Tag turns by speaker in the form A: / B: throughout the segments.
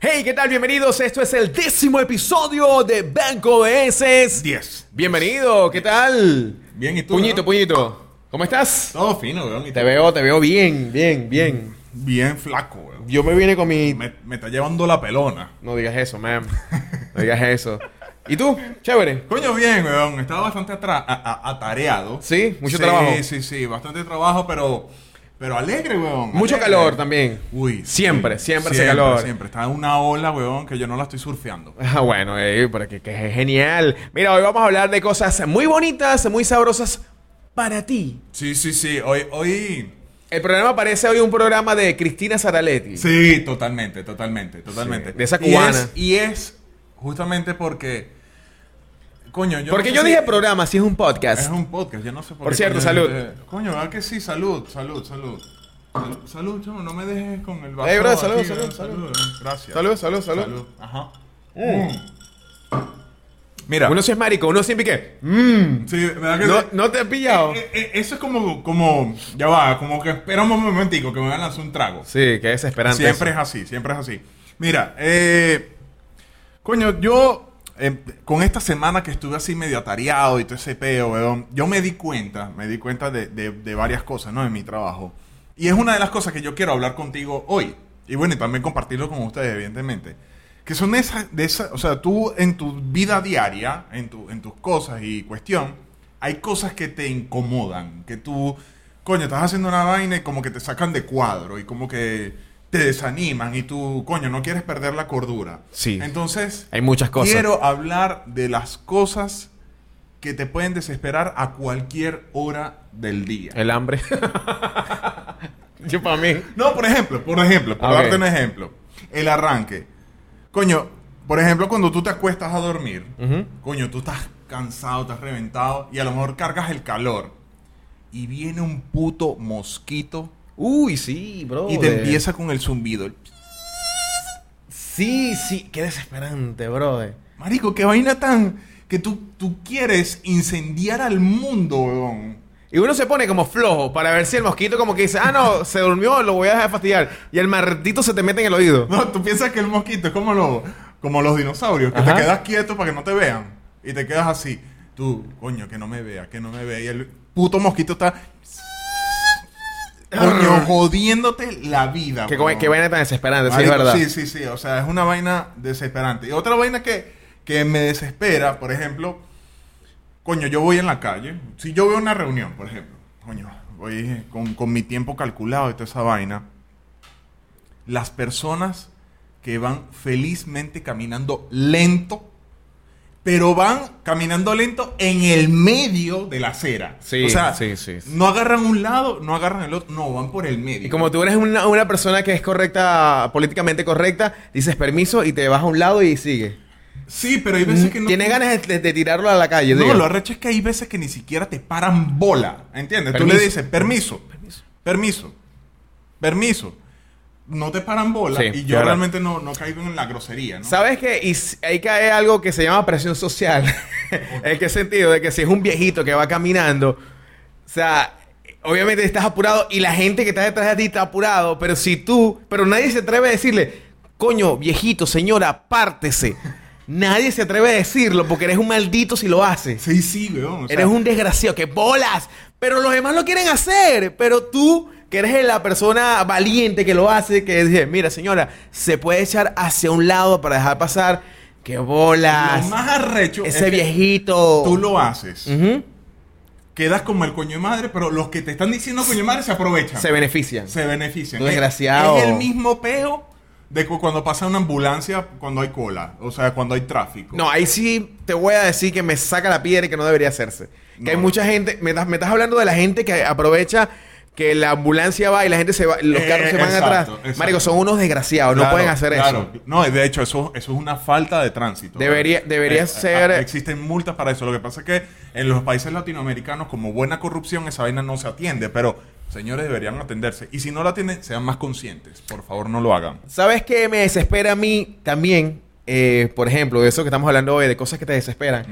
A: Hey, ¿qué tal? Bienvenidos. Esto es el décimo episodio de Banco S.
B: 10.
A: Bienvenido, ¿qué tal?
B: Bien, ¿y tú,
A: Puñito,
B: no?
A: puñito. ¿Cómo estás?
B: Todo fino, weón. y
A: Te
B: tú.
A: veo, te veo bien, bien, bien.
B: Bien flaco, weón.
A: Yo me vine con mi.
B: Me, me está llevando la pelona.
A: No digas eso, man. No digas eso. ¿Y tú? Chévere.
B: Coño, bien, weón. Estaba bastante atra- a- a- atareado.
A: Sí, mucho trabajo.
B: Sí, sí, sí. Bastante trabajo, pero, pero alegre, weón.
A: Mucho
B: alegre.
A: calor también.
B: Uy.
A: Siempre,
B: sí.
A: siempre hace calor.
B: Siempre. Está en una ola, weón, que yo no la estoy surfeando.
A: Ah, bueno, eh, pero que, que es genial. Mira, hoy vamos a hablar de cosas muy bonitas, muy sabrosas para ti.
B: Sí, sí, sí. Hoy, hoy...
A: El programa parece hoy un programa de Cristina Saraletti.
B: Sí, totalmente, totalmente, totalmente.
A: Sí, de esa
B: Y
A: cubana.
B: es- Y es, justamente porque... Coño, yo...
A: Porque
B: no sé
A: yo
B: si-
A: dije programa, si es un podcast.
B: Es un podcast, yo no sé por,
A: Por
B: qué
A: cierto,
B: coño,
A: salud.
B: eh, Coño, ¿verdad que sí? Salud, salud, salud. Sal- Salud, chamo, no me dejes con el vaso.
A: Ey, bro, salud,
B: aquí,
A: salud,
B: eh,
A: salud.
B: eh, Gracias.
A: Salud, salud, salud. Mm.
B: Ajá. Mm. Mira,
A: Uno si es marico, uno siempre que...
B: sí, ¿verdad que
A: No,
B: sí?
A: no te has pillado.
B: Eh, eh, Eso es como, como, ya va, como que espera un momentico que me van a lanzar un trago.
A: Sí, que desesperante.
B: Siempre es
A: eso.
B: así, siempre es así. Mira, eh, coño, yo eh, con esta semana que estuve así medio atareado y todo ese peo, weón, yo me di cuenta, me di cuenta de, de- de varias cosas, ¿no? En mi trabajo. Y es una de las cosas que yo quiero hablar contigo hoy. Y bueno, y también compartirlo con ustedes, evidentemente. Que son de esas, de esa, o sea, tú en tu vida diaria, en, tu, en tus cosas y cuestión, hay cosas que te incomodan, que tú, coño, estás haciendo una vaina y como que te sacan de cuadro y como que te desaniman y tú, coño, no quieres perder la cordura.
A: Sí.
B: Entonces,
A: Hay muchas cosas.
B: Quiero hablar de las cosas que te pueden desesperar a cualquier hora del día.
A: El hambre. yo para mí.
B: No, por ejemplo, por ejemplo, por
A: Ok.
B: darte un ejemplo. El arranque. Coño, por ejemplo, cuando tú te acuestas a dormir,
A: Ujú.
B: coño, tú estás cansado, estás reventado y a lo mejor cargas el calor. Y viene un puto mosquito
A: Uy, sí, bro.
B: y te empieza con el zumbido.
A: Sí, sí. Qué desesperante, brother.
B: Marico, qué vaina tan... Que tú, tú quieres incendiar al mundo, weón.
A: Y uno se pone como flojo para ver si el mosquito como que dice, ah, no, se durmió, lo voy a dejar fastidiar. Y el martito se te mete en el oído.
B: No, tú piensas que el mosquito es como, lo- como los dinosaurios, que
A: Ajá.
B: te quedas quieto para que no te vean. Y te quedas así. Tú, coño, que no me vea, que no me vea. Y el puto mosquito está. Coño, jodiéndote la vida.
A: Qué,
B: weón.
A: co- qué vaina tan desesperante, sí, es
B: Marico,
A: verdad.
B: Sí, sí, sí. O sea, es una vaina desesperante. Y otra vaina que, que me desespera, por ejemplo, coño, yo voy en la calle. Si yo veo una reunión, por ejemplo, coño, voy con, con mi tiempo calculado y toda esa vaina. Las personas que van felizmente caminando lento, pero van caminando lento en el medio de la acera.
A: Sí,
B: o sea,
A: sí, sí, sí.
B: no agarran un lado, no agarran el otro, no, van por el medio.
A: Y como tú eres una, una persona que es correcta, políticamente correcta, dices permiso y te vas a un lado y sigue.
B: Sí, pero hay veces que no.
A: Tienes Mm, ganas de, de tirarlo a la calle.
B: No,
A: digo.
B: lo arrecho es que hay veces que ni siquiera te paran bola. ¿Entiendes? Tú
A: Permiso.
B: le dices, permiso, permiso, permiso, No te paran bola.
A: Sí,
B: y
A: es
B: yo
A: verdad.
B: realmente no, no caigo en la grosería, ¿no?
A: ¿Sabes qué? Y s- ahí cae algo que se llama presión social. ¿En qué sentido? De que si es un viejito que va caminando, o sea, obviamente estás apurado y la gente que está detrás de ti está apurado, pero si tú, pero nadie se atreve a decirle, coño, viejito, señora, pártese. Nadie se atreve a decirlo porque eres un maldito si lo haces.
B: Sí, sí, weón. o sea,
A: eres un desgraciado, que bolas. Pero los demás lo quieren hacer. Pero tú, que eres la persona valiente que lo hace, que dice, mira señora, se puede echar hacia un lado para dejar pasar. Que bolas.
B: Lo más arrecho es
A: Ese
B: que
A: viejito.
B: tú lo haces.
A: Ujú.
B: Quedas como el coño de madre, pero los que te están diciendo coño de madre se aprovechan.
A: Se benefician.
B: se benefician.
A: Tú
B: Es-
A: desgraciado.
B: Es, el mismo peo de cu- cuando pasa una ambulancia cuando hay cola. O sea, cuando hay tráfico.
A: No, ahí sí te voy a decir que me saca la piedra y que no debería hacerse. Que
B: No.
A: hay mucha gente, me estás, me estás hablando de la gente que aprovecha que la ambulancia va y la gente se va, los
B: Eh,
A: carros se van
B: exacto,
A: atrás.
B: exacto.
A: Marico, son unos desgraciados, no
B: Claro,
A: pueden hacer eso.
B: claro. No, de hecho, eso, eso es una falta de tránsito. Eh,
A: Debería- debería ser-
B: existen multas para eso. Lo que pasa es que en los países latinoamericanos, como buena corrupción, esa vaina no se atiende. Pero, señores, deberían atenderse. Y si no la atienden, sean más conscientes. Por favor, no lo hagan.
A: ¿Sabes qué me desespera a mí también? Eh, por ejemplo, de eso que estamos hablando hoy, de cosas que te desesperan.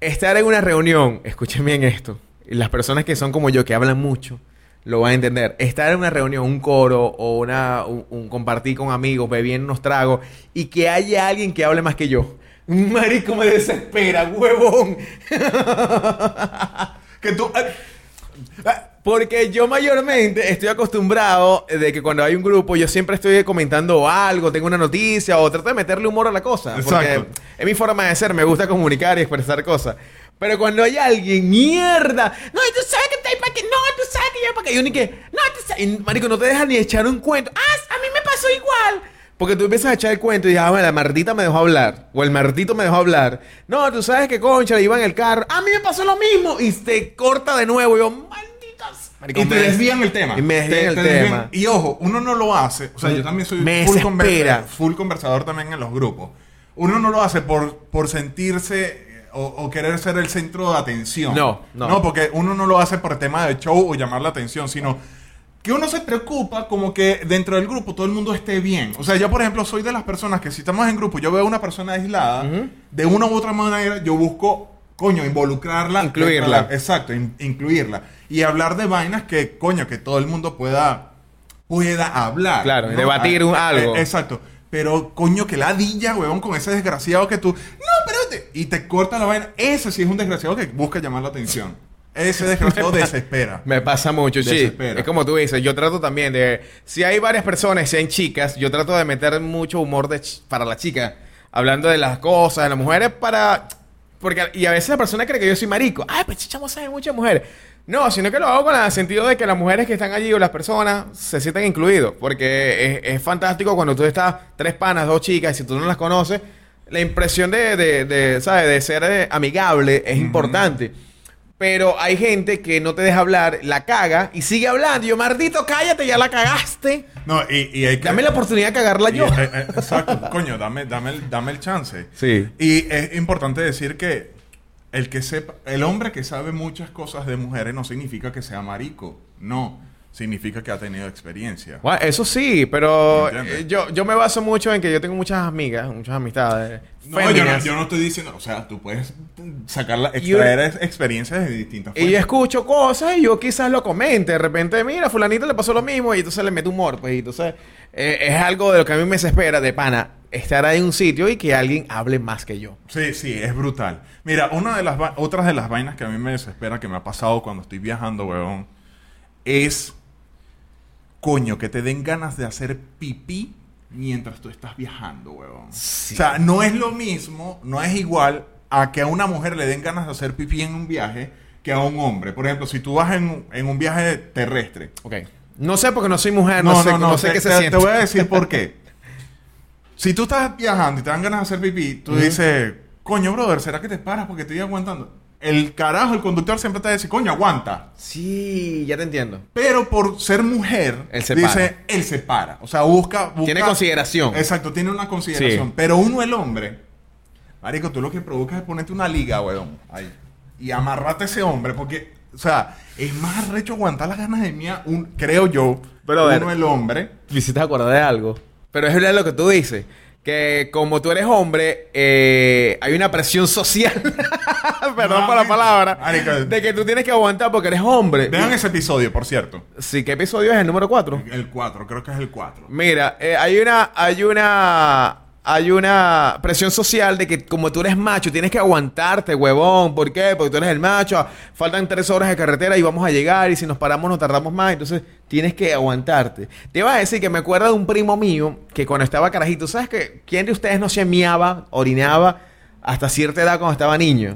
A: Estar en una reunión, escuchen bien esto, y las personas que son como yo, que hablan mucho, lo van a entender. Estar en una reunión, un coro o una, un, un compartir con amigos, bebiendo unos tragos y que haya alguien que hable más que yo. Marico, me desespera, huevón.
B: Que tú. ah, ah,
A: Porque yo mayormente estoy acostumbrado de que cuando hay un grupo yo siempre estoy comentando algo, tengo una noticia o trato de meterle humor a la cosa.
B: Exacto.
A: Porque es mi forma de ser, me gusta comunicar y expresar cosas. Pero cuando hay alguien, mierda, no, y tú sabes que está ahí para que, no, tú sabes que yo para que, yo ni que, no, tú sabes, y, marico, no te dejan ni echar un cuento. Ah, a mí me pasó igual. Porque tú empiezas a echar el cuento y dices, ah, bueno, la martita me dejó hablar. O el martito me dejó hablar. No, tú sabes que concha, le iba en el carro. A mí me pasó lo mismo. Y te corta de nuevo. Y yo, malditas.
B: y te desvían el tema.
A: Y me desvían
B: Te-
A: el
B: te
A: tema. Mm.
B: desvían. Y ojo, uno no lo hace. O sea, yo también soy
A: Me
B: conver-
A: desespera.
B: full conversador también en los grupos. Uno no lo hace por, por sentirse eh, o, o querer ser el centro de atención.
A: No, no.
B: No, porque uno no lo hace por tema de show o llamar la atención, sino que uno se preocupa como que dentro del grupo todo el mundo esté bien. O sea, yo por ejemplo soy de las personas que si estamos en grupo, yo veo a una persona aislada, de una u otra manera yo busco, coño, involucrarla.
A: Incluirla.
B: Exacto, in- incluirla. Y hablar de vainas que, coño, que todo el mundo pueda, pueda hablar.
A: Claro, y debatir un-
B: Ah,
A: algo.
B: eh, exacto. Pero, coño, que ladilla, huevón, con ese desgraciado que tú... No, espérate. Y te corta la vaina. Ese sí es un desgraciado que busca llamar la atención. Ese desgraciado desespera.
A: Me pasa mucho, sí.
B: Desespera.
A: Es como tú dices, yo trato también de... Si hay varias personas, si hay chicas, yo trato de meter mucho humor de ch- para la chica. Hablando de las cosas, de las mujeres, para... Porque, y a veces la persona cree que yo soy marico. Ay, pues chamo sabe muchas mujeres. No, sino que lo hago con el sentido de que las mujeres que están allí o las personas se sienten incluidos. Porque es, es fantástico cuando tú estás tres panas, dos chicas, y si tú no las conoces, la impresión de, de, de, ¿sabes? de ser eh, amigable es importante. Pero hay gente que no te deja hablar, la caga y sigue hablando. Y yo, mardito, cállate, ya la cagaste.
B: No, y, y hay que...
A: Dame la oportunidad de cagarla
B: Y-
A: Ah, yo.
B: eh, eh, exacto, coño, dame, dame, el, dame el chance.
A: Sí.
B: Y es importante decir que el que sepa, el hombre que sabe muchas cosas de mujeres no significa que sea marico. No, significa que ha tenido experiencia.
A: Bueno, eso sí, pero
B: Entiendo.
A: eh, yo, yo me baso mucho en que yo tengo muchas amigas, muchas amistades.
B: No, yo no,
A: féminas.
B: yo no estoy diciendo, o sea, tú puedes sacar la,
A: Y yo-
B: extraer es- experiencias de distintas
A: Y yo
B: formas.
A: escucho cosas y yo quizás lo comente. De repente, mira, fulanito le pasó lo mismo y entonces le meto humor. Pues, y entonces eh, es algo de lo que a mí me desespera de pana. Estar ahí en un sitio y que alguien hable más que yo.
B: Sí, sí, es brutal. Mira, una de las va- otras de las vainas que a mí me desespera que me ha pasado cuando estoy viajando, weón, es coño, que te den ganas de hacer pipí mientras tú estás viajando, weón. O sea, no es lo mismo, no es igual a que a una mujer le den ganas de hacer pipí en un viaje que a un hombre. Por ejemplo, si tú vas en, en un viaje terrestre,
A: Ok. No sé porque no soy mujer, Ah, no, sé, no, sé
B: te,
A: qué se
B: te-
A: siente.
B: Te voy a decir por qué. Si tú estás viajando y te dan ganas de hacer pipí, tú dices, coño, brother, ¿será que te paras porque estoy aguantando? El carajo, el conductor siempre te dice, coño, aguanta.
A: Sí, ya te entiendo.
B: Pero por ser mujer,
A: Él se
B: dice,
A: para.
B: él se para. O sea, busca, busca-
A: Tiene consideración.
B: Exacto, tiene una consideración.
A: Sí.
B: Pero uno, el hombre, marico, tú lo que provocas es ponerte una liga, weón. Ahí. Y amarrate a ese hombre, porque, o sea, es más recho aguantar las ganas de mía, un, creo yo,
A: Pero, a ver.
B: uno, el hombre.
A: Me hiciste acordar de algo. Pero es verdad lo que tú dices. Que como tú eres hombre, eh, hay una presión social. Perdón por la
B: Nuevamente.
A: palabra.
B: Marico.
A: De que tú tienes que aguantar porque eres hombre.
B: Vean ese episodio, por cierto.
A: Sí, ¿qué episodio es? El número 4.
B: El 4, creo que es el 4.
A: Mira, eh, hay una, hay una, hay una presión social de que como tú eres macho tienes que aguantarte, huevón. ¿Por qué? Porque tú eres el macho. ah, Faltan tres horas de carretera y vamos a llegar y si nos paramos nos tardamos más. Entonces tienes que aguantarte. Te iba a decir que me acuerdo de un primo mío que cuando estaba carajito, ¿sabes qué? ¿Quién de ustedes no se miaba, orinaba hasta cierta edad cuando estaba niño?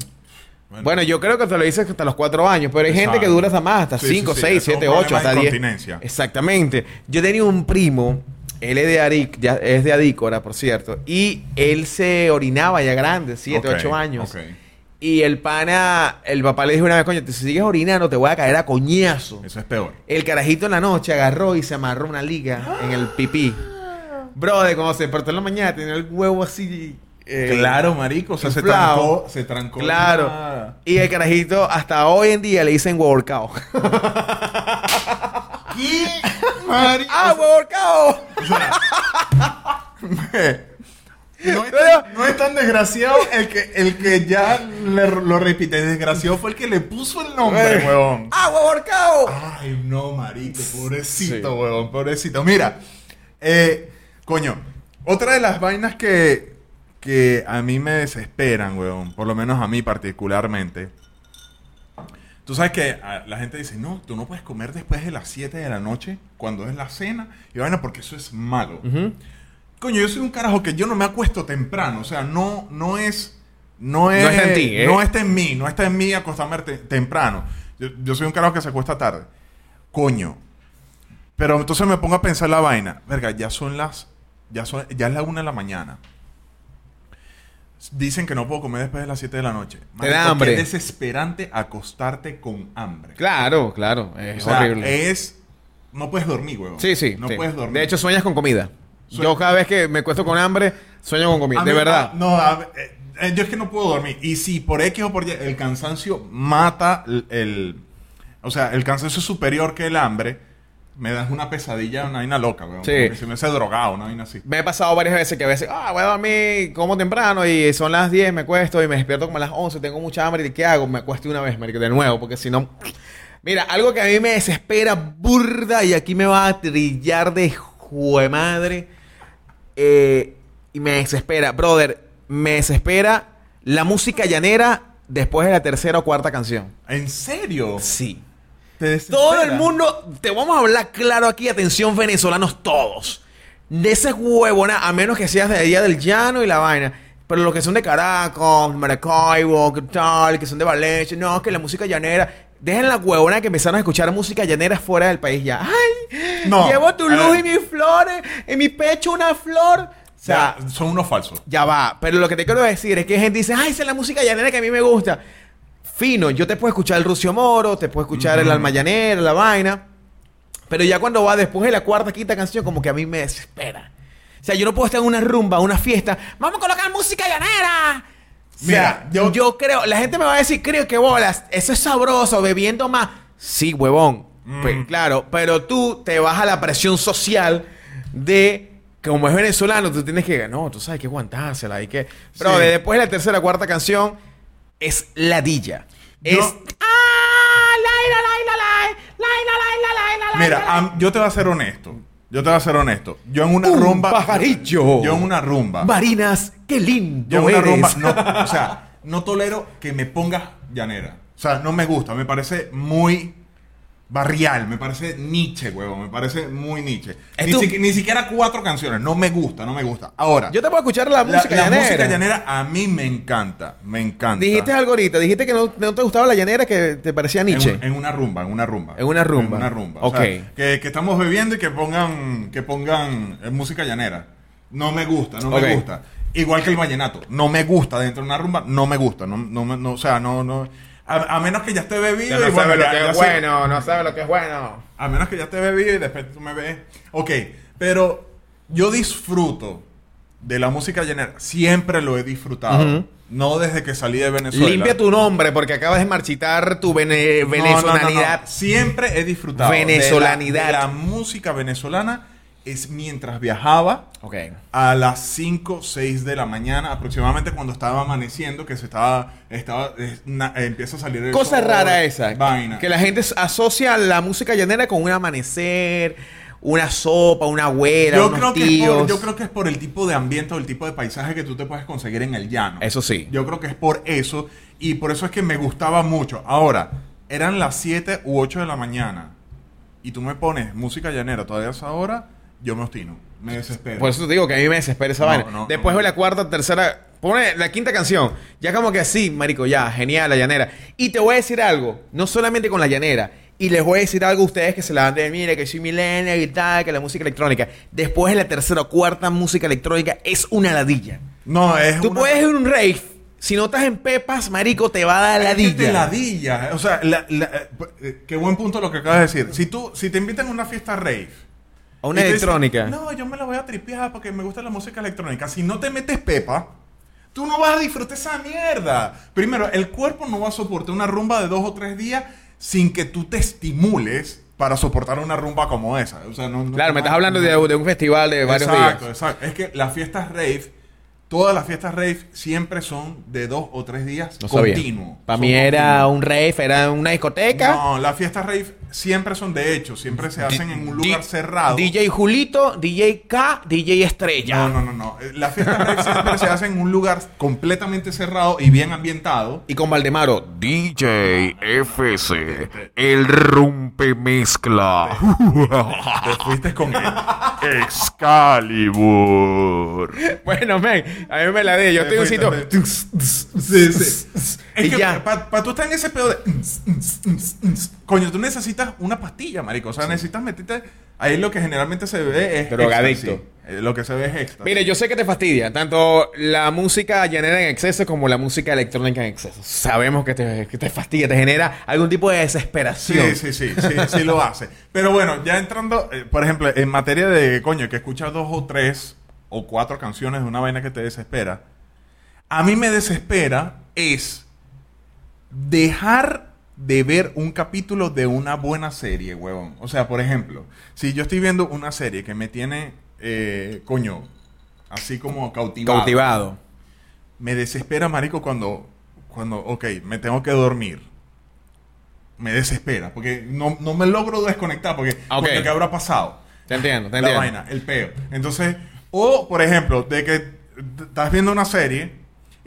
A: Bueno, yo creo que te lo dices hasta los cuatro años, pero hay gente que
B: Exacto.
A: dura hasta más, hasta
B: Sí, sí,
A: 5,
B: sí,
A: 6,
B: son
A: 7, 8,
B: problemas de
A: hasta 10.
B: incontinencia.
A: Exactamente. Yo tenía un primo, él es de Aric, ya, es de Adícora, por cierto, y él se orinaba ya grande, 7,
B: Ok,
A: 8 años.
B: ok.
A: Y el pana, el papá le dijo una vez, coño, te sigues orinando, te voy a caer a coñazo.
B: Eso es peor.
A: El carajito en la noche agarró y se amarró una liga en el pipí. Brother, cuando se despertó en la mañana, tenía el huevo así. eh,
B: claro, marico. O sea, se
A: inflado.
B: trancó, se trancó.
A: Claro.
B: una-
A: Y el carajito hasta hoy en día le dicen workout.
B: ¿Qué? Ah, Marico.
A: ¡Ah, workout!
B: No es, tan, no es tan desgraciado el que, el que ya le- lo repite. Desgraciado fue el que le puso el
A: Eh.
B: nombre, huevón.
A: ¡Agua, horcao!
B: Ay, no, marico, pobrecito,
A: Sí.
B: huevón, pobrecito. Mira, eh, coño, otra de las vainas que, que a mí me desesperan, huevón, por lo menos a mí particularmente. Tú sabes que ah, la gente dice, no, tú no puedes comer después de las 7 de la noche, cuando es la cena, y vaina, porque eso es malo.
A: Ujú.
B: Coño, yo soy un carajo que yo no me acuesto temprano. O sea, no, no es. No es,
A: No está en ti, ¿eh?
B: No está en mí, no está en mí acostarme te- temprano. Yo, yo soy un carajo que se acuesta tarde. Coño. Pero entonces me pongo a pensar la vaina. Verga, ya son las. Ya, son, ya es la una de la mañana. Dicen que no puedo comer después de las 7 de la noche.
A: Te da
B: qué
A: hambre.
B: desesperante acostarte con hambre.
A: Claro, claro. Es
B: o sea,
A: horrible.
B: es. No puedes dormir, huevón.
A: sí, sí.
B: No
A: sí.
B: puedes dormir.
A: De hecho, sueñas con comida. Yo
B: Sueño.
A: cada vez que me cuesto con hambre, sueño con comida.
B: A
A: De
B: mí-
A: verdad.
B: a- no, a- eh, eh, yo es que no puedo dormir. Y si por X o por Y, el cansancio mata el, el- O sea, el cansancio es superior que el hambre. Me das una pesadilla, una vaina loca, weón.
A: Sí.
B: Porque si me hubiese drogado, una vaina así.
A: Me he pasado varias veces que a veces, ah, voy a dormir, como temprano y son las 10, me cuesto y me despierto como a las 11, tengo mucha hambre y ¿qué hago? Me acuesto una vez, marico, de nuevo, porque si no... Mira, algo que a mí me desespera burda y aquí me va a trillar de jue madre eh, y me desespera, brother, me desespera la música llanera después de la tercera o cuarta canción.
B: ¿En serio?
A: Sí.
B: ¿Te desespera?
A: Todo el mundo, te vamos a hablar claro aquí, atención venezolanos todos. De ese huevona, a menos que seas de allá del llano y la vaina. Pero los que son de Caracas, Maracaibo, que tal, que son de Valencia, no, que la música llanera. Dejen la huevona que empezaron a escuchar música llanera fuera del país ya. ¡Ay!
B: No.
A: Llevo tu
B: A
A: luz
B: ver.
A: y mis flores, en mi pecho una flor. O
B: O
A: sea,
B: sea, son unos falsos.
A: ya va. Pero lo que te quiero decir es que hay gente que dice, ay, esa es la música llanera que a mí me gusta. Fino, yo te puedo escuchar el Rusio Moro, te puedo escuchar el Alma Llanera, la vaina. Pero ya cuando va después de la cuarta, quinta canción, como que a mí me desespera. O sea, yo no puedo estar en una rumba, una fiesta. ¡Vamos a colocar música llanera! O sea,
B: Mira,
A: yo,
B: yo-
A: creo, la gente me va a decir, creo que bolas, eso es sabroso, bebiendo más. Sí, huevón.
B: Mm.
A: Pues, claro, pero tú te vas a la presión social de, como es venezolano, tú tienes que, no, tú sabes, hay que aguantársela, hay que... Pero
B: Sí.
A: de- después de la tercera, cuarta canción, es ladilla.
B: Yo-
A: Es... ¡Ah! Lai, la, lai, la, lai, lai, la, lai, la, lai, la, lai, la,
B: Mira,
A: lai.
B: am- yo te voy a ser honesto. Yo te voy a ser honesto. Yo en una
A: Un
B: rumba.
A: pajarillo.
B: Yo en una rumba.
A: Marinas, qué lindo
B: ah. Yo una
A: eres.
B: rumba, no, o sea, no tolero que me pongas llanera. O sea, no me gusta, me parece muy barrial, me parece Nietzsche, huevo, me parece muy Nietzsche.
A: Es
B: Ni,
A: tu-
B: siqui- ni siquiera cuatro canciones, no me gusta, no me gusta. Ahora,
A: Yo te puedo escuchar la,
B: la,
A: música,
B: la
A: llanera.
B: música llanera a mí me encanta, me encanta.
A: Dijiste algo ahorita, dijiste que no, no te gustaba la llanera, que te parecía
B: En,
A: Nietzsche.
B: un- en una rumba, en una rumba.
A: En una rumba.
B: En una rumba.
A: Ok.
B: O sea, que, que estamos bebiendo y que pongan, que pongan eh, música llanera. No me gusta, no
A: Ok.
B: me gusta. Igual que el vallenato. No me gusta dentro de una rumba, no me gusta. No, no, me- no, o sea, no, no. A, a menos que ya esté bebido y bueno, ya- ya sé-
A: no sabe lo que es bueno.
B: a menos que ya esté bebido y después tú me ves. Ok, pero yo disfruto de la música llanera. Siempre lo he disfrutado.
A: Ujú.
B: No desde que salí de Venezuela.
A: Limpia tu nombre porque acabas de marchitar tu vene-
B: No, no, no, no.
A: venezolanidad.
B: Siempre he disfrutado. de la-
A: Venezolanidad.
B: de la, música venezolana es mientras viajaba
A: Ok.
B: a las 5, 6 de la mañana, aproximadamente cuando estaba amaneciendo, que se estaba. estaba es- na- empieza a salir el
A: Cosa
B: sol,
A: rara esa.
B: Vaina.
A: Que la gente asocia la música llanera con un amanecer, una sopa, una abuela,
B: yo
A: unos
B: creo, que es
A: tíos.
B: por, yo creo que es por el tipo de ambiente o el tipo de paisaje que tú te puedes conseguir en el llano.
A: Eso sí.
B: Yo creo que es por eso. Y por eso es que me gustaba mucho. Ahora, eran las 7 u 8 de la mañana. Y tú me pones música llanera todavía a esa hora. Yo me obstino. Me desespero.
A: Por eso te digo que a mí me desespera esa
B: No,
A: vaina.
B: no,
A: Después
B: no.
A: de la cuarta, tercera. Pone la quinta canción. Ya como que así, marico, ya, genial, la llanera. Y te voy a decir algo, no solamente con la llanera. Y les voy a decir algo a ustedes que se la dan de mira, que soy milenia y tal, que la música electrónica. Después de la tercera o cuarta música electrónica es una ladilla.
B: no, es
A: Tú
B: una-
A: puedes ir a un rave. Si no estás en pepas, marico, te va a dar
B: Es que
A: ladilla.
B: te ladilla. O sea, la- la- eh, qué buen punto lo que acabas de decir. Si tú, si te invitan a una fiesta rave.
A: A una
B: Y tú dices,
A: electrónica.
B: no, yo me la voy a tripear porque me gusta la música electrónica. Si no te metes pepa, tú no vas a disfrutar esa mierda. Primero, el cuerpo no va a soportar una rumba de dos o tres días sin que tú te estimules para soportar una rumba como esa. O sea, no- no-
A: Claro, me estás hablando de, de un festival de varios
B: exacto,
A: días.
B: Exacto, Es que las fiestas rave, todas las fiestas rave siempre son de dos o tres días
A: No sabía.
B: continuo.
A: Para
B: Son
A: mí era
B: continuos.
A: un rave, era una discoteca.
B: No, las fiestas rave siempre son de hecho, siempre se hacen en un lugar
A: Di-
B: cerrado.
A: DJ Julito, DJ K, DJ Estrella.
B: No, no, no, no. Eh, Las fiestas rave siempre se hacen en un lugar completamente cerrado y bien ambientado.
A: Y con Valdemaro,
C: DJ FC, el rompe mezcla.
B: Te fuiste con él.
C: Excalibur.
A: Bueno, men, a mí me la de. Yo
B: Te
A: estoy en un
B: fui,
A: sitio.
B: te Sí, sí. Es
A: Y
B: que
A: ya.
B: para tú estar en ese pedo de. Coño, tú necesitas una pastilla, marico. O sea, necesitas meterte. Ahí lo que generalmente se ve es.
A: Drogadicto.
B: éxtasis. Eh, Lo que se ve es extra.
A: Mire, yo sé que te fastidia tanto la música llanera en exceso como la música electrónica en exceso. Sabemos que te, que te fastidia, te genera algún tipo de desesperación.
B: Sí, sí, sí, sí, sí lo hace. Pero bueno, ya entrando, eh, por ejemplo, en materia de coño, que escuchas dos o tres o cuatro canciones de una vaina que te desespera, a mí me desespera es dejar de ver un capítulo de una buena serie, huevón. O sea, por ejemplo, si yo estoy viendo una serie que me tiene, eh, coño, así como cautivado.
A: Cautivado.
B: Me desespera, marico, cuando, cuando, ok, me tengo que dormir. Me desespera, porque no, no me logro desconectar, porque
A: Ah, ok.
B: coño, ¿qué habrá pasado?
A: Te entiendo, te
B: La
A: entiendo.
B: vaina, el peo. Entonces, o, por ejemplo, de que t- estás viendo una serie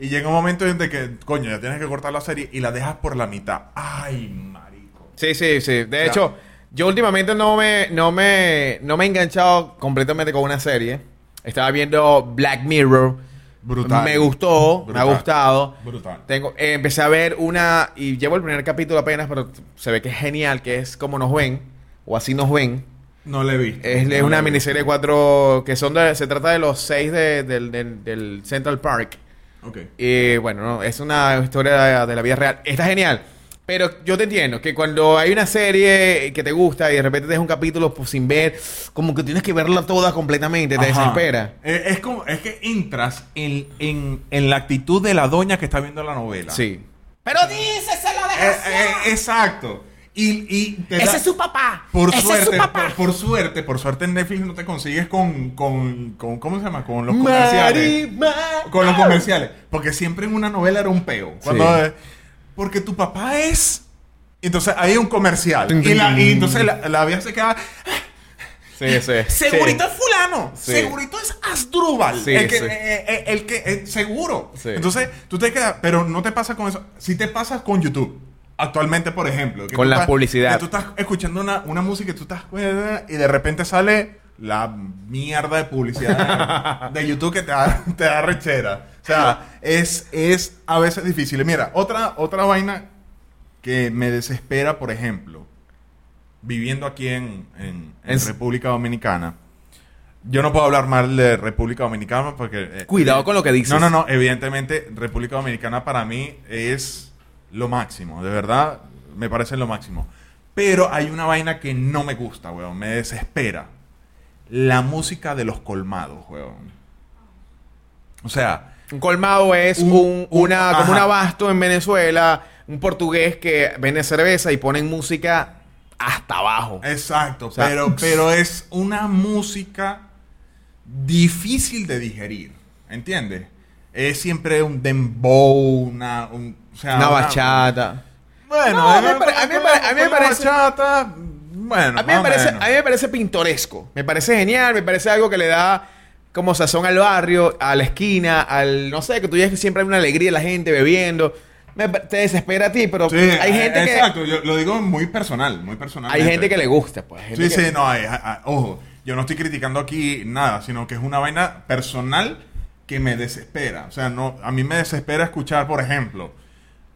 B: y llega un momento en de que, coño, ya tienes que cortar la serie y la dejas por la mitad. Ay, marico.
A: Sí, sí, sí. De
B: Ya.
A: hecho, yo últimamente no me, no me, no me he enganchado completamente con una serie. Estaba viendo Black Mirror.
B: Brutal.
A: Me gustó, me ha
B: Brutal.
A: gustado.
B: Brutal.
A: Tengo, eh, empecé a ver una, y llevo el primer capítulo apenas, pero se ve que es genial, que es como nos ven, o así nos ven.
B: No le vi.
A: Es, es una miniserie de cuatro, que son de, se trata de los seis de- del, del- del Central Park.
B: Ok.
A: Y Eh, bueno, no, es una historia de, de la vida real. Está genial. Pero yo te entiendo que cuando hay una serie que te gusta y de repente te dejas un capítulo pues, sin ver, como que tienes que verla toda completamente, te
B: Ajá.
A: desespera.
B: Eh, Es, como, es que entras en, en, en la actitud de la doña que está viendo la novela.
A: Sí.
D: Pero dícese la
B: Eh, eh,
D: desgraciada.
B: exacto. Y, y te da-
D: Ese es su papá.
B: por
D: Ese
B: suerte,
D: es su papá.
B: Por, por suerte, por suerte en Netflix no te consigues con, con, con ¿cómo se llama? Con los
A: Mari,
B: comerciales.
A: Mari.
B: Con los comerciales. Porque siempre en una novela era un peo. Cuando,
A: Sí.
B: eh, porque tu papá es... Entonces hay un comercial.
A: Tin,
B: Y,
A: tin,
B: la, y
A: tin.
B: entonces la, la vieja se queda...
A: Sí, sí.
B: Segurito es fulano.
A: Sí.
B: Segurito es Asdrúbal.
A: Sí,
B: el, que,
A: sí.
B: eh, eh, el que es seguro.
A: Sí.
B: Entonces, tú te quedas, pero no te pasa con eso. Si te pasas con YouTube. Actualmente, por ejemplo. que
A: Con
B: tú
A: la
B: estás-
A: publicidad.
B: Que tú estás escuchando una, una música y tú estás... Y de repente sale la mierda de publicidad de YouTube que te da, te da rechera. O sea, es, es a veces difícil. Y Mira, otra, otra vaina que me desespera, por ejemplo, viviendo aquí en, en- en
A: Es-
B: República Dominicana. Yo no puedo hablar mal de República Dominicana porque... eh,
A: Cuidado con lo que dices.
B: no, no, no. Evidentemente, República Dominicana para mí es lo máximo. De verdad, me parece lo máximo. Pero hay una vaina que no me gusta, weón. Me desespera. La música de los colmados, weón. O sea,
A: Un colmado es
B: Un-
A: un,
B: un-
A: una, como
B: ajá.
A: un abasto en Venezuela, un portugués que vende cerveza y ponen música hasta abajo.
B: Eh, Exacto,
A: sea,
B: pero, pero es una música difícil de digerir, ¿entiendes? Es siempre un dembow, una, un- o sea,
A: Una bachata.
B: Bueno,
A: No, a mí
B: eh,
A: me pare- a mí me
B: con-
A: pare- a mí me
B: con la
A: parece-
B: bachata, bueno,
A: A mí, me
B: más o
A: parece,
B: menos.
A: a mí me parece pintoresco, me parece genial, me parece algo que le da como sazón al barrio, a la esquina, al, no sé, que tú ya que siempre hay una alegría de la gente bebiendo. Me pa- te desespera a ti, pero
B: Sí,
A: hay gente
B: eh,
A: que...
B: exacto, yo lo digo muy personal, muy personal.
A: Hay gente que le gusta, pues. hay gente
B: Sí,
A: que-
B: sí, no, hay- hay- hay- ojo, yo no estoy criticando aquí nada, sino que es una vaina personal que me desespera. O sea, no, a mí me desespera escuchar, por ejemplo,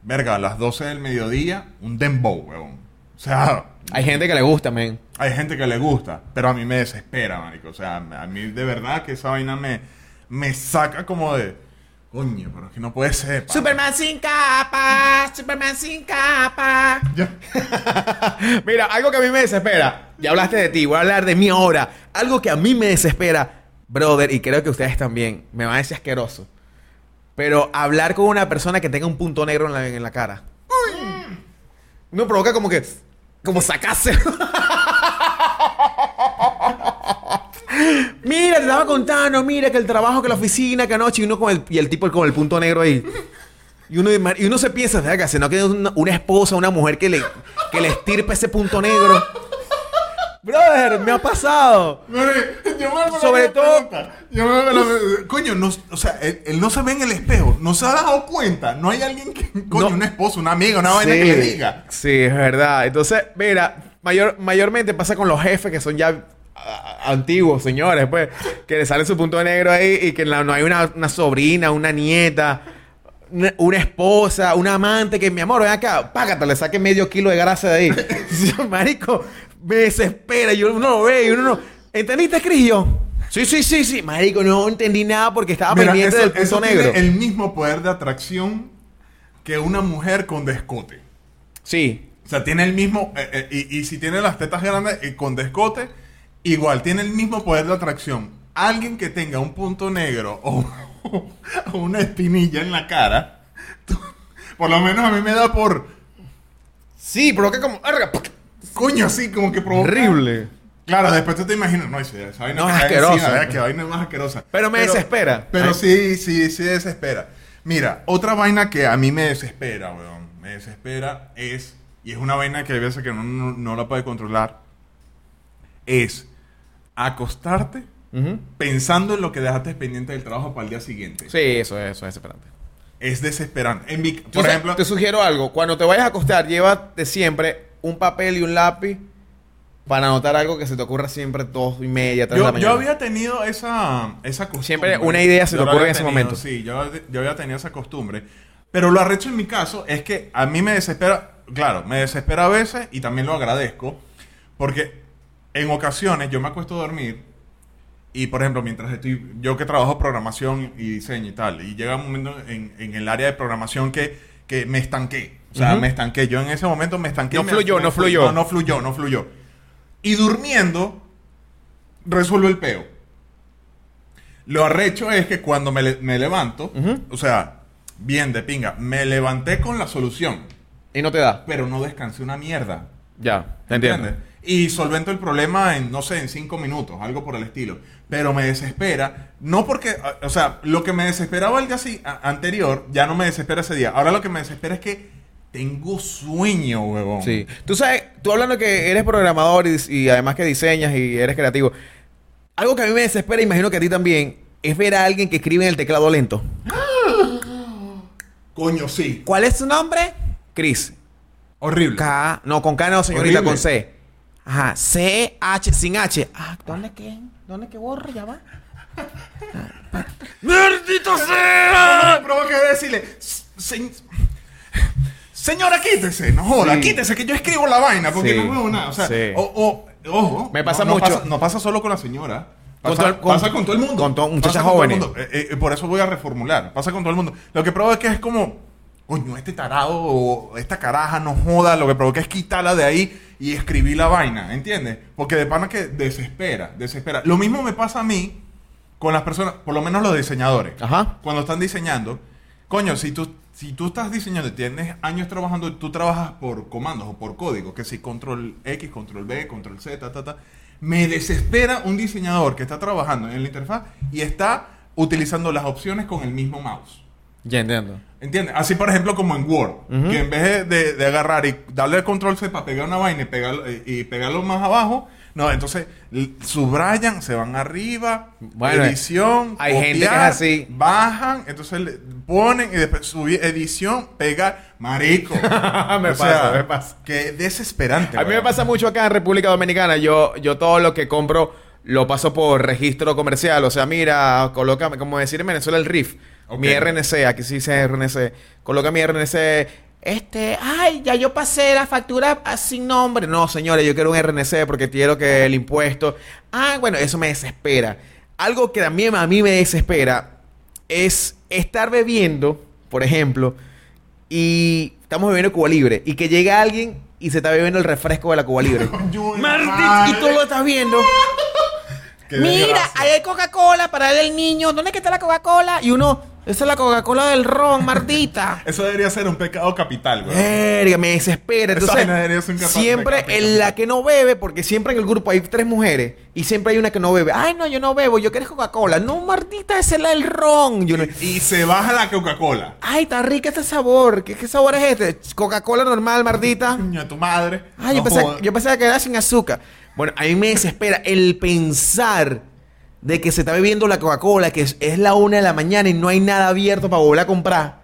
B: verga, a las 12 del mediodía, un dembow, weón. O sea,
A: Hay gente que le gusta, men.
B: hay gente que le gusta, pero a mí me desespera, marico. O sea, a mí de verdad que esa vaina me, me saca como de, coño, pero es que no puede ser. pana".
D: Superman sin capa. Superman sin capa.
B: Ya.
A: Mira, algo que a mí me desespera. Ya hablaste de ti, voy a hablar de mí ahora. Algo que a mí me desespera, brother, y creo que ustedes también. Me van a decir asqueroso. Pero hablar con una persona que tenga un punto negro en la, en la cara. No provoca como que. Como sacarse. Mira, te estaba contando, mira, que el trabajo, que la oficina, que anoche, y uno con el, y el tipo con el punto negro ahí. Y uno, de mar- y uno se piensa, verga, sino que es una, una esposa, una mujer que le, que le estirpe ese punto negro. Brother, me ha pasado.
B: Mire, yo me hago la
A: Sobre
B: misma
A: todo-
B: pregunta. Yo me hago la- Coño, no, o sea, él, él no se ve en el espejo. No se ha dado cuenta. No hay alguien que. Coño,
A: No.
B: un esposo, una amiga, una vaina que le diga.
A: Sí, es verdad. Entonces, mira, mayor, mayormente pasa con los jefes que son ya a- a- antiguos, señores, pues, que le sale su punto negro ahí y que la- no hay una, una sobrina, una nieta, una, una esposa, una amante que, mi amor, ven acá, págate, le saque medio kilo de grasa de ahí. Yo, Marico, me desespera, yo uno lo ve y uno no. ¿Entendiste, Cris? Y yo, Sí, sí, sí, sí. Marico, no entendí nada porque estaba
B: Mira,
A: Ah, pendiente
B: eso-
A: del punto
B: eso tiene
A: negro.
B: el mismo poder de atracción que una mujer con descote.
A: Sí,
B: O sea, tiene el mismo. eh, eh, y, y si tiene las tetas grandes y con descote, igual tiene el mismo poder de atracción. Alguien que tenga un punto negro o, o una espinilla en la cara, tú- por lo menos a mí me da por.
A: sí, pero que como...
B: Coño, así como que provoca.
A: Horrible.
B: Claro, después tú te imaginas, no, esa esa vaina
A: No,
B: que
A: es
B: cae
A: asqueroso.
B: encima, ¿verdad? Que vaina es más asquerosa.
A: Pero me desespera.
B: Pero
A: Ay.
B: sí, sí, sí desespera. Mira, otra vaina que a mí me desespera, weón. Me desespera es, y es una vaina que hay veces que uno no, no la puede controlar, es acostarte
A: Ujú.
B: pensando en lo que dejaste pendiente del trabajo para el día siguiente.
A: Sí, eso, es- eso es desesperante.
B: Es desesperante. En mi- por
A: Yo sé-
B: ejemplo,
A: te sugiero algo. Cuando te vayas a acostar, llévate siempre un papel y un lápiz para anotar algo que se te ocurra siempre dos y media, tres de la
B: Yo, yo
A: mañana.
B: había tenido esa, esa costumbre.
A: Siempre una idea se
B: Yo
A: te
B: la
A: ocurre
B: había
A: en ese
B: tenido,
A: momento.
B: Sí, yo, yo había tenido esa costumbre. Pero lo arrecho en mi caso es que a mí me desespera, claro, me desespera a veces y también lo agradezco. Porque en ocasiones yo me acuesto a dormir y, por ejemplo, mientras estoy, yo que trabajo programación y diseño y tal, y llega un momento en, en el área de programación que, que me estanqué. O sea,
A: Ujú.
B: me estanqué. Yo en ese momento me estanqué.
A: No
B: me-
A: fluyó,
B: me-
A: no fluyó.
B: No, no fluyó, no fluyó. Y durmiendo, resuelvo el peo. Lo arrecho es que cuando me, le- me levanto, o sea, bien de pinga, me levanté con la solución,
A: Y no te da.
B: pero no descansé una mierda.
A: Ya, te entiendo.
B: ¿Entiendes? Y solvento el problema en, no sé, en cinco minutos, algo por el estilo. Pero me desespera, no porque, a- o sea, lo que me desesperaba el día así- a- anterior, ya no me desespera ese día. Ahora lo que me desespera es que tengo sueño, huevón.
A: Sí. Tú sabes, tú hablando que eres programador y, y además que diseñas y eres creativo. Algo que a mí me desespera, imagino que a ti también, es ver a alguien que escribe en el teclado lento.
B: Coño, sí.
A: ¿Cuál es su nombre? Chris.
B: Horrible.
A: K. No, con K no, señorita,
B: Horrible.
A: con C. Ajá. C, H, sin H.
D: Ah, ¿Dónde qué? ¿Dónde qué borra? Ya va.
B: ¡Maldito
A: ¡Ah!
B: sea! Me provoca decirle, "S- se- señora, quítese, no joda,
A: Sí.
B: quítese, que yo escribo la vaina, porque
A: Sí.
B: no veo nada. O sea,
A: Sí.
B: o- o- ojo.
A: Me pasa
B: no- no
A: mucho.
B: no pasa solo con la señora.
A: Con
B: Pasa
A: todo
B: pasa
A: el-
B: con,
A: con-
B: todo el mundo.
A: con todo- muchachas
B: Pasa con todo el
A: jóvenes.
B: mundo. Eh, eh, por eso voy a reformular. Pasa con todo el mundo. Lo que provoca es que es como, coño, este tarado o esta caraja no joda. Lo que provoca es quitarla de ahí y escribir la vaina, ¿entiendes? Porque de pana que desespera, desespera. Lo mismo me pasa a mí con las personas, por lo menos los diseñadores.
A: Ajá.
B: Cuando están diseñando, coño, si tú, si tú estás diseñando y tienes años trabajando, tú trabajas por comandos o por códigos, que si control X, control B, control Z, ta, ta, ta. Me desespera un diseñador que está trabajando en la interfaz y está utilizando las opciones con el mismo mouse.
A: Ya entiendo.
B: ¿Entiendes? Así, por ejemplo, como en Word, que en vez de, de- de agarrar y darle el control C para pegar una vaina y pegarlo, eh, y pegarlo más abajo, no, entonces l- subrayan, se van arriba,
A: Bueno,
B: edición,
A: hay gente que es así.
B: bajan, entonces le ponen y después subir, edición, pegar, marico.
A: Me pasa, me pasa.
B: Qué desesperante.
A: A mí me
B: weón.
A: pasa mucho acá en República Dominicana. Yo, yo todo lo que compro lo paso por registro comercial. O sea, mira, colócame, como decir en Venezuela, el RIF.
B: Ok.
A: Mi RNC, aquí sí dice RNC. Coloca mi RNC.
D: Este, ay, ya yo pasé la factura ah, sin nombre.
A: Hombre, no, señores, yo quiero un RNC porque quiero que el impuesto. Ah, bueno, eso me desespera. Algo que también a mí me desespera es estar bebiendo, por ejemplo, y estamos bebiendo Cuba Libre y que llega alguien y se está bebiendo el refresco de la Cuba Libre.
B: Yo-
A: Maldito, y tú lo estás viendo.
B: Qué
D: Mira,
B: desgracia.
D: ahí hay Coca-Cola para darle al niño. ¿Dónde que está la Coca-Cola?
A: Y uno,
D: Esa es la Coca-Cola del ron, mardita.
B: Eso debería ser un pecado capital, güey.
A: Verga, me desespera.
B: Esa
A: Eh, Entonces,
B: vaina debería ser un capaz-
A: siempre
B: capaz-
A: en la que no bebe, porque siempre en el grupo hay tres mujeres y siempre hay una que no bebe. Ay, no, yo no bebo, yo quiero Coca-Cola. No, Martita, esa es la del ron. Yo no-
B: Y se baja la Coca-Cola.
A: Ay, tan rica este sabor. ¿Qué, qué sabor es este? Coca-Cola normal, Martita.
B: Coño, de tu madre.
A: Ay, Ah, yo,
B: No
A: pensaba,
B: jodas.
A: yo pensaba que era sin azúcar. Bueno, a mí me desespera el pensar de que se está bebiendo la Coca-Cola, que es, es la una de la mañana y no hay nada abierto para volver a comprar.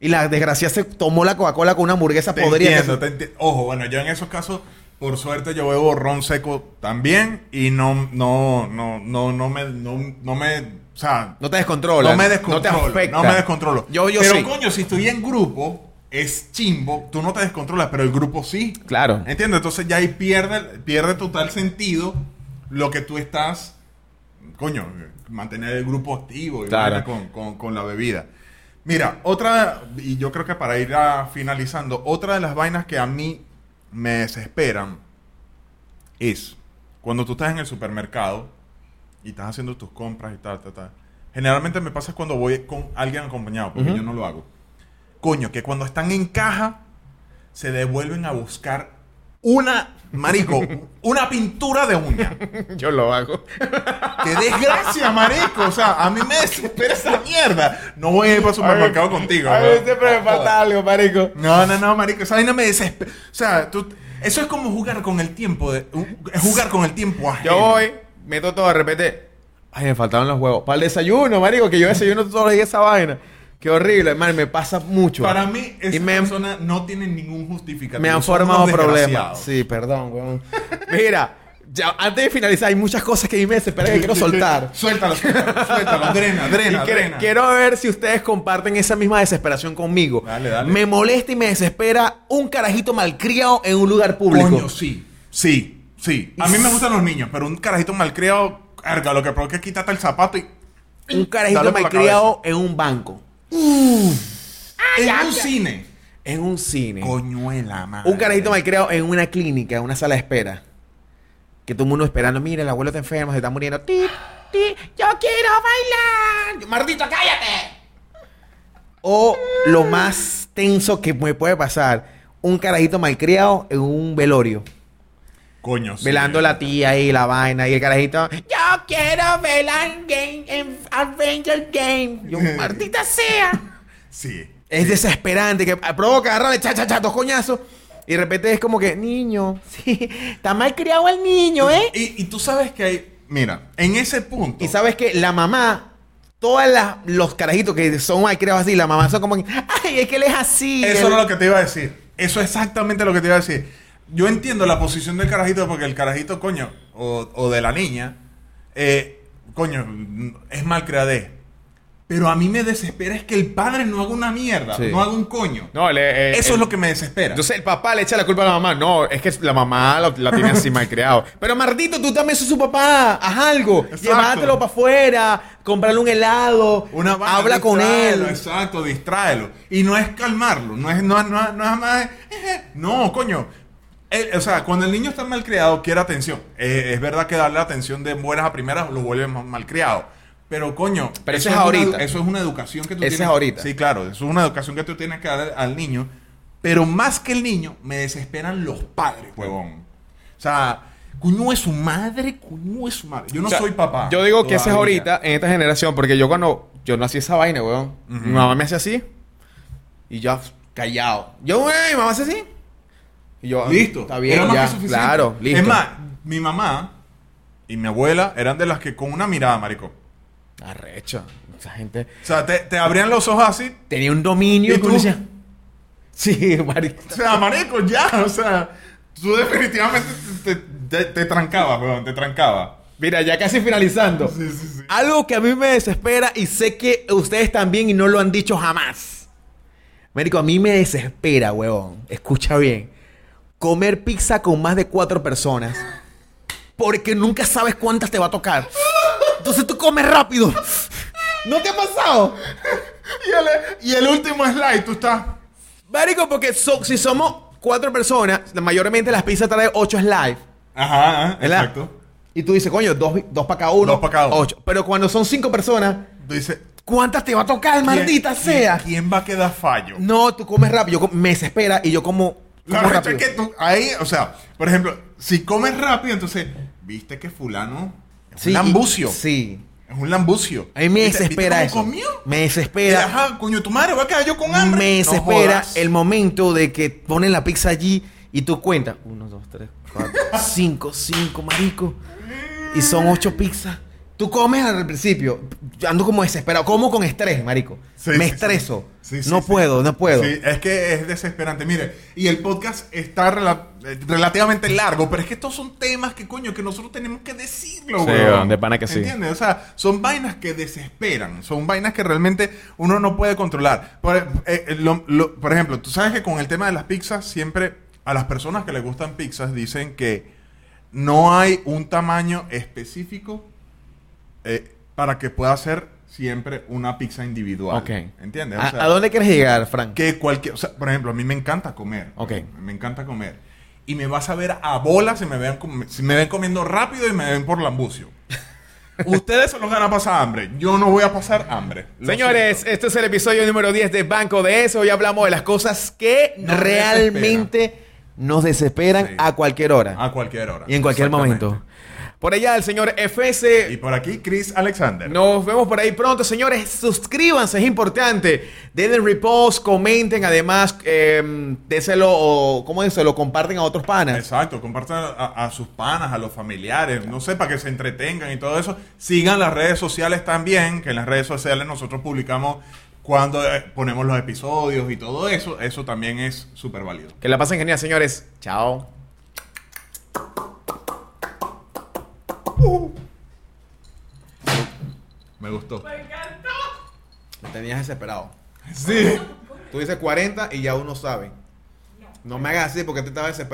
A: Y la desgracia se tomó la Coca-Cola con una hamburguesa
B: Te
A: podrida. que
B: entiendo, te enti- Ojo, bueno, yo en esos casos, por suerte, yo bebo ron seco también y no, no, no, no, no me, no, no me, o sea,
A: No te descontrola.
B: no me descontrolo,
A: No te afecta.
B: no me descontrolo.
A: Yo, yo
B: Pero
A: sí.
B: coño, si estoy en grupo, es chimbo, tú no te descontrolas, pero el grupo sí.
A: Claro.
B: ¿Entiendes? Entonces ya ahí pierde, pierde total sentido lo que tú estás, coño, mantener el grupo activo y
A: Claro.
B: vaina con, con- con la bebida. Mira, otra, y yo creo que para ir a- finalizando, otra de las vainas que a mí me desesperan es cuando tú estás en el supermercado y estás haciendo tus compras y tal, tal, tal. Generalmente me pasa cuando voy con alguien acompañado, porque yo no lo hago. Coño, que cuando están en caja, se devuelven a buscar una, marico, una pintura de uña.
A: Yo lo hago.
B: ¡Qué desgracia, marico! O sea, a mí me desespera esa mierda. No voy a ir para el supermercado contigo.
A: A
B: weón.
A: mí siempre me falta algo, marico.
B: No, no, no, marico. Esa vaina me desespera. O sea, tú- eso es como jugar con el tiempo. De, un- es jugar con el tiempo ajeno.
A: Yo voy, meto todo de repente. Ay, me faltaban los huevos. Para el desayuno, marico, que yo desayuno todos los días esa vaina. Qué horrible, hermano, me pasa mucho.
B: Para mí, esa
A: Y me-
B: persona no tiene ningún justificativo.
A: me han
B: Son
A: formado
B: unos
A: problemas.
B: desgraciados.
A: Sí, perdón, weón. Mira, ya, antes de finalizar, hay muchas cosas que a mí me desesperan que quiero soltar.
B: Suéltalo, suéltalo, suéltalo. Drena, drena,
A: Y que-
B: drena.
A: Quiero ver si ustedes comparten esa misma desesperación conmigo.
B: Dale, dale.
A: Me molesta y me desespera un carajito malcriado en un lugar público.
B: Coño, sí. Sí, sí. A mí me gustan los niños, pero un carajito malcriado, carga, lo que provoca es quitarte el zapato y.
A: un carajito
B: Dale por la
A: malcriado en un banco,
B: en un cine.
A: en un cine.
B: Coñuela, madre.
A: Un carajito malcriado en una clínica, en una sala de espera. Que todo el mundo esperando, mira, el abuelo está enfermo, se está muriendo. Ti, ti, yo quiero bailar. Mardito, cállate. O lo más tenso que me puede pasar, un carajito malcriado en un velorio.
B: Coño, sí.
A: Velando la tía y la vaina y el carajito.
D: Yo quiero velar game en Avenger Game. Yo, mardita sea.
B: Sí.
A: Es desesperante, que provoca agarrarle cha, cha, cha, dos coñazos. Y de repente es como que, niño, sí, está malcriado el niño, ¿eh?
B: Y, y tú sabes que hay. Mira, en ese punto.
A: Y sabes que la mamá, todas las los carajitos que son malcriados así, la mamá son como que, ay, es que él es así.
B: Eso
A: él-
B: era lo que te iba a decir. Eso es exactamente lo que te iba a decir. Yo entiendo la posición del carajito porque el carajito, coño, o, o de la niña, eh, coño, es mal creadez. Pero a mí me desespera es que el padre no haga una mierda,
A: Sí.
B: no haga un coño.
A: No, le- eh, eh,
B: Eso es lo que me desespera.
A: Entonces el papá le echa la culpa a la mamá. No, es que la mamá lo- la tiene así malcriado. Pero Martito, tú también sos su papá. Haz algo.
B: Exacto.
A: Llévatelo para afuera. Comprarle un helado.
B: Una vaina,
A: habla con él.
B: distráelo, Exacto, distráelo. Y no es calmarlo, no es, no, no, no es más. "Eh, No, coño. El- o sea, cuando el niño está malcriado, quiere atención. Eh, es verdad que darle atención de buenas a primeras lo vuelve más malcriado. Pero coño,
A: Pero eso es
B: una-
A: ahorita.
B: eso es una educación que tú
A: Eso
B: tienes.
A: es ahorita.
B: Sí, claro, eso es una educación que tú tienes que dar al niño. Pero más que el niño, me desesperan los padres, huevón. O sea, cuño es su madre, cuño es su madre. Yo no
A: O sea,
B: soy papá.
A: Yo digo que ese es
B: todavía.
A: ahorita, en esta generación, porque yo cuando yo nací esa vaina, weón. Mi mamá me hace así. Y yo callado. Yo, güey, mi mamá hace así. Y yo,
B: Listo.
A: Ah, Está bien,
B: Era más
A: ya,
B: que suficiente.
A: Claro, listo.
B: Es más, mi mamá y mi abuela eran de las que con una mirada, marico. O
A: Arrecho. Esa gente
B: sea, te, te abrían los ojos así.
A: tenía un dominio.
B: ¿Y
A: tú
B: tú?
A: decías, Sí, marico.
B: O sea, marico, ya. O sea, tú definitivamente te, te- te trancabas, weón. Te trancabas.
A: Mira, ya casi finalizando.
B: Sí, sí, sí.
A: Algo que a mí me desespera y sé que ustedes también y no lo han dicho jamás. Marico, a mí me desespera, huevón. Escucha bien. Comer pizza con más de cuatro personas. Porque nunca sabes cuántas te va a tocar. Entonces tú comes rápido. ¿No te ha pasado?
B: Y el, y el último slide, tú estás.
A: Marico, porque so- si somos cuatro personas, la- mayormente las pizzas traen ocho slides.
B: Ajá, ajá,
A: ¿Verdad?
B: exacto.
A: Y tú dices, coño, dos, dos para cada uno.
B: Dos pa' cada uno.
A: Ocho. Pero cuando son cinco personas,
B: Tú dices,
A: ¿Cuántas te va a tocar, maldita
B: ¿Quién-
A: sea?
B: ¿Quién quién va a quedar fallo?
A: No, tú comes rápido. Yo com- me desespera y yo como,
B: La
A: como
B: recha
A: rápido.
B: es que tú, ahí, o sea, por ejemplo, si comes rápido, entonces, viste que fulano es
A: Sí,
B: un lambucio.
A: y- Sí.
B: Es un lambucio.
A: A mí me
B: ¿Viste-
A: desespera
B: viste cómo
A: eso.
B: comió?
A: Me
B: Y,
A: desespera.
B: Ajá, coño, tu madre, voy a quedar yo con hambre.
A: Me
B: No
A: desespera
B: jodas.
A: el momento de que ponen la pizza allí y tú cuentas. Uno, dos, tres, cuatro, cinco, cinco, marico. Y son ocho pizzas. Tú comes al principio. Yo ando como desesperado. Como con estrés, marico.
B: Sí,
A: me
B: sí, sí.
A: estreso.
B: Sí, sí,
A: no
B: sí.
A: puedo, no puedo.
B: Sí, es que es desesperante. Mire, y el podcast está rela- eh, relativamente largo, pero es que estos son temas que, coño, que nosotros tenemos que decirlo,
A: Sí,
B: weón.
A: de pana que sí.
B: ¿Entiendes? O sea, son vainas que desesperan. Son vainas que realmente uno no puede controlar. Por, eh, eh, lo- lo- por ejemplo, tú sabes que con el tema de las pizzas, siempre a las personas que les gustan pizzas dicen que no hay un tamaño específico eh, para que pueda ser siempre una pizza individual.
A: Ok. Ah,
B: ¿Entiendes? O
A: ¿A,
B: sea,
A: a dónde quieres llegar, Frank?
B: que cualquier, o sea, por ejemplo, a mí me encanta comer.
A: Ok.
B: Me encanta comer. Y me vas a ver a bola si me ven, com- si me ven comiendo rápido y me ven por lambucio. Ustedes se los van a pasar hambre. Yo no voy a pasar hambre. Lo
A: Señores,
B: siento.
A: este es el episodio número 10 de Banco de Eso. Hoy hablamos de las cosas que
B: Nos
A: realmente nos desesperan Ah,
B: Sí.
A: a cualquier hora
B: a cualquier hora.
A: y en cualquier
B: Exactamente.
A: momento. Por allá, el señor FS.
B: Y por aquí, Chris Alexander.
A: Nos vemos por ahí pronto, señores. Suscríbanse, es importante. Denle repost, comenten. Además, eh, déselo o, ¿cómo es? Se lo comparten a otros panas.
B: Exacto, compartan a, a sus panas, a los familiares, no sé, para que se entretengan y todo eso. Sigan las redes sociales también, que en las redes sociales nosotros publicamos cuando eh, ponemos los episodios y todo eso. Eso también es súper válido.
A: Que la pasen genial, señores. Chao.
B: Me gustó.
A: Lo tenías desesperado.
B: Sí.
A: Tú dices 40 y ya uno sabe. No me hagas así porque te estaba desesperado.